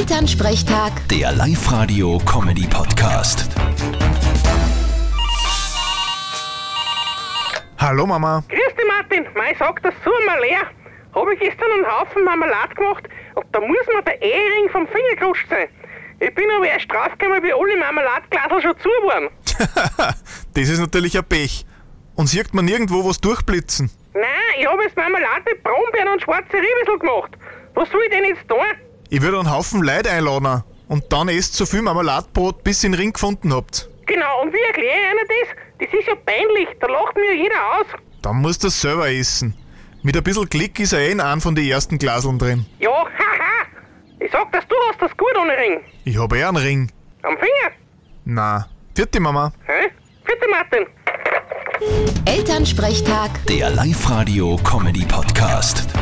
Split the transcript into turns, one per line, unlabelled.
Elternsprechtag,
Der Live-Radio-Comedy-Podcast.
Hallo Mama.
Grüß dich, Martin. Mei, sag das zu einmal leer. Habe ich gestern einen Haufen Marmelade gemacht und da muss mir der Ehering vom Finger gerutscht sein. Ich bin aber erst draufgekommen, wie alle Marmeladglasel schon zu waren.
Das ist natürlich ein Pech. Und sieht man nirgendwo was durchblitzen.
Nein, ich habe jetzt Marmelade mit Brombeeren und schwarze Riebissel gemacht. Was soll ich denn jetzt tun?
Ich würde einen Haufen Leid einladen und dann esst so viel Marmeladbrot, bis ihr den Ring gefunden habt.
Genau, und wie erkläre ich einer das? Das ist ja peinlich, da lacht mir jeder aus.
Dann muss das selber essen. Mit ein bisschen Klick ist er eh in einem von den ersten Glaseln drin.
Ja, haha. Ich sag das, du hast das gut ohne Ring.
Ich habe eh einen Ring.
Am Finger.
Na, vierte Mama.
Hä? Bitte, Martin.
Elternsprechtag.
Der Live-Radio-Comedy-Podcast.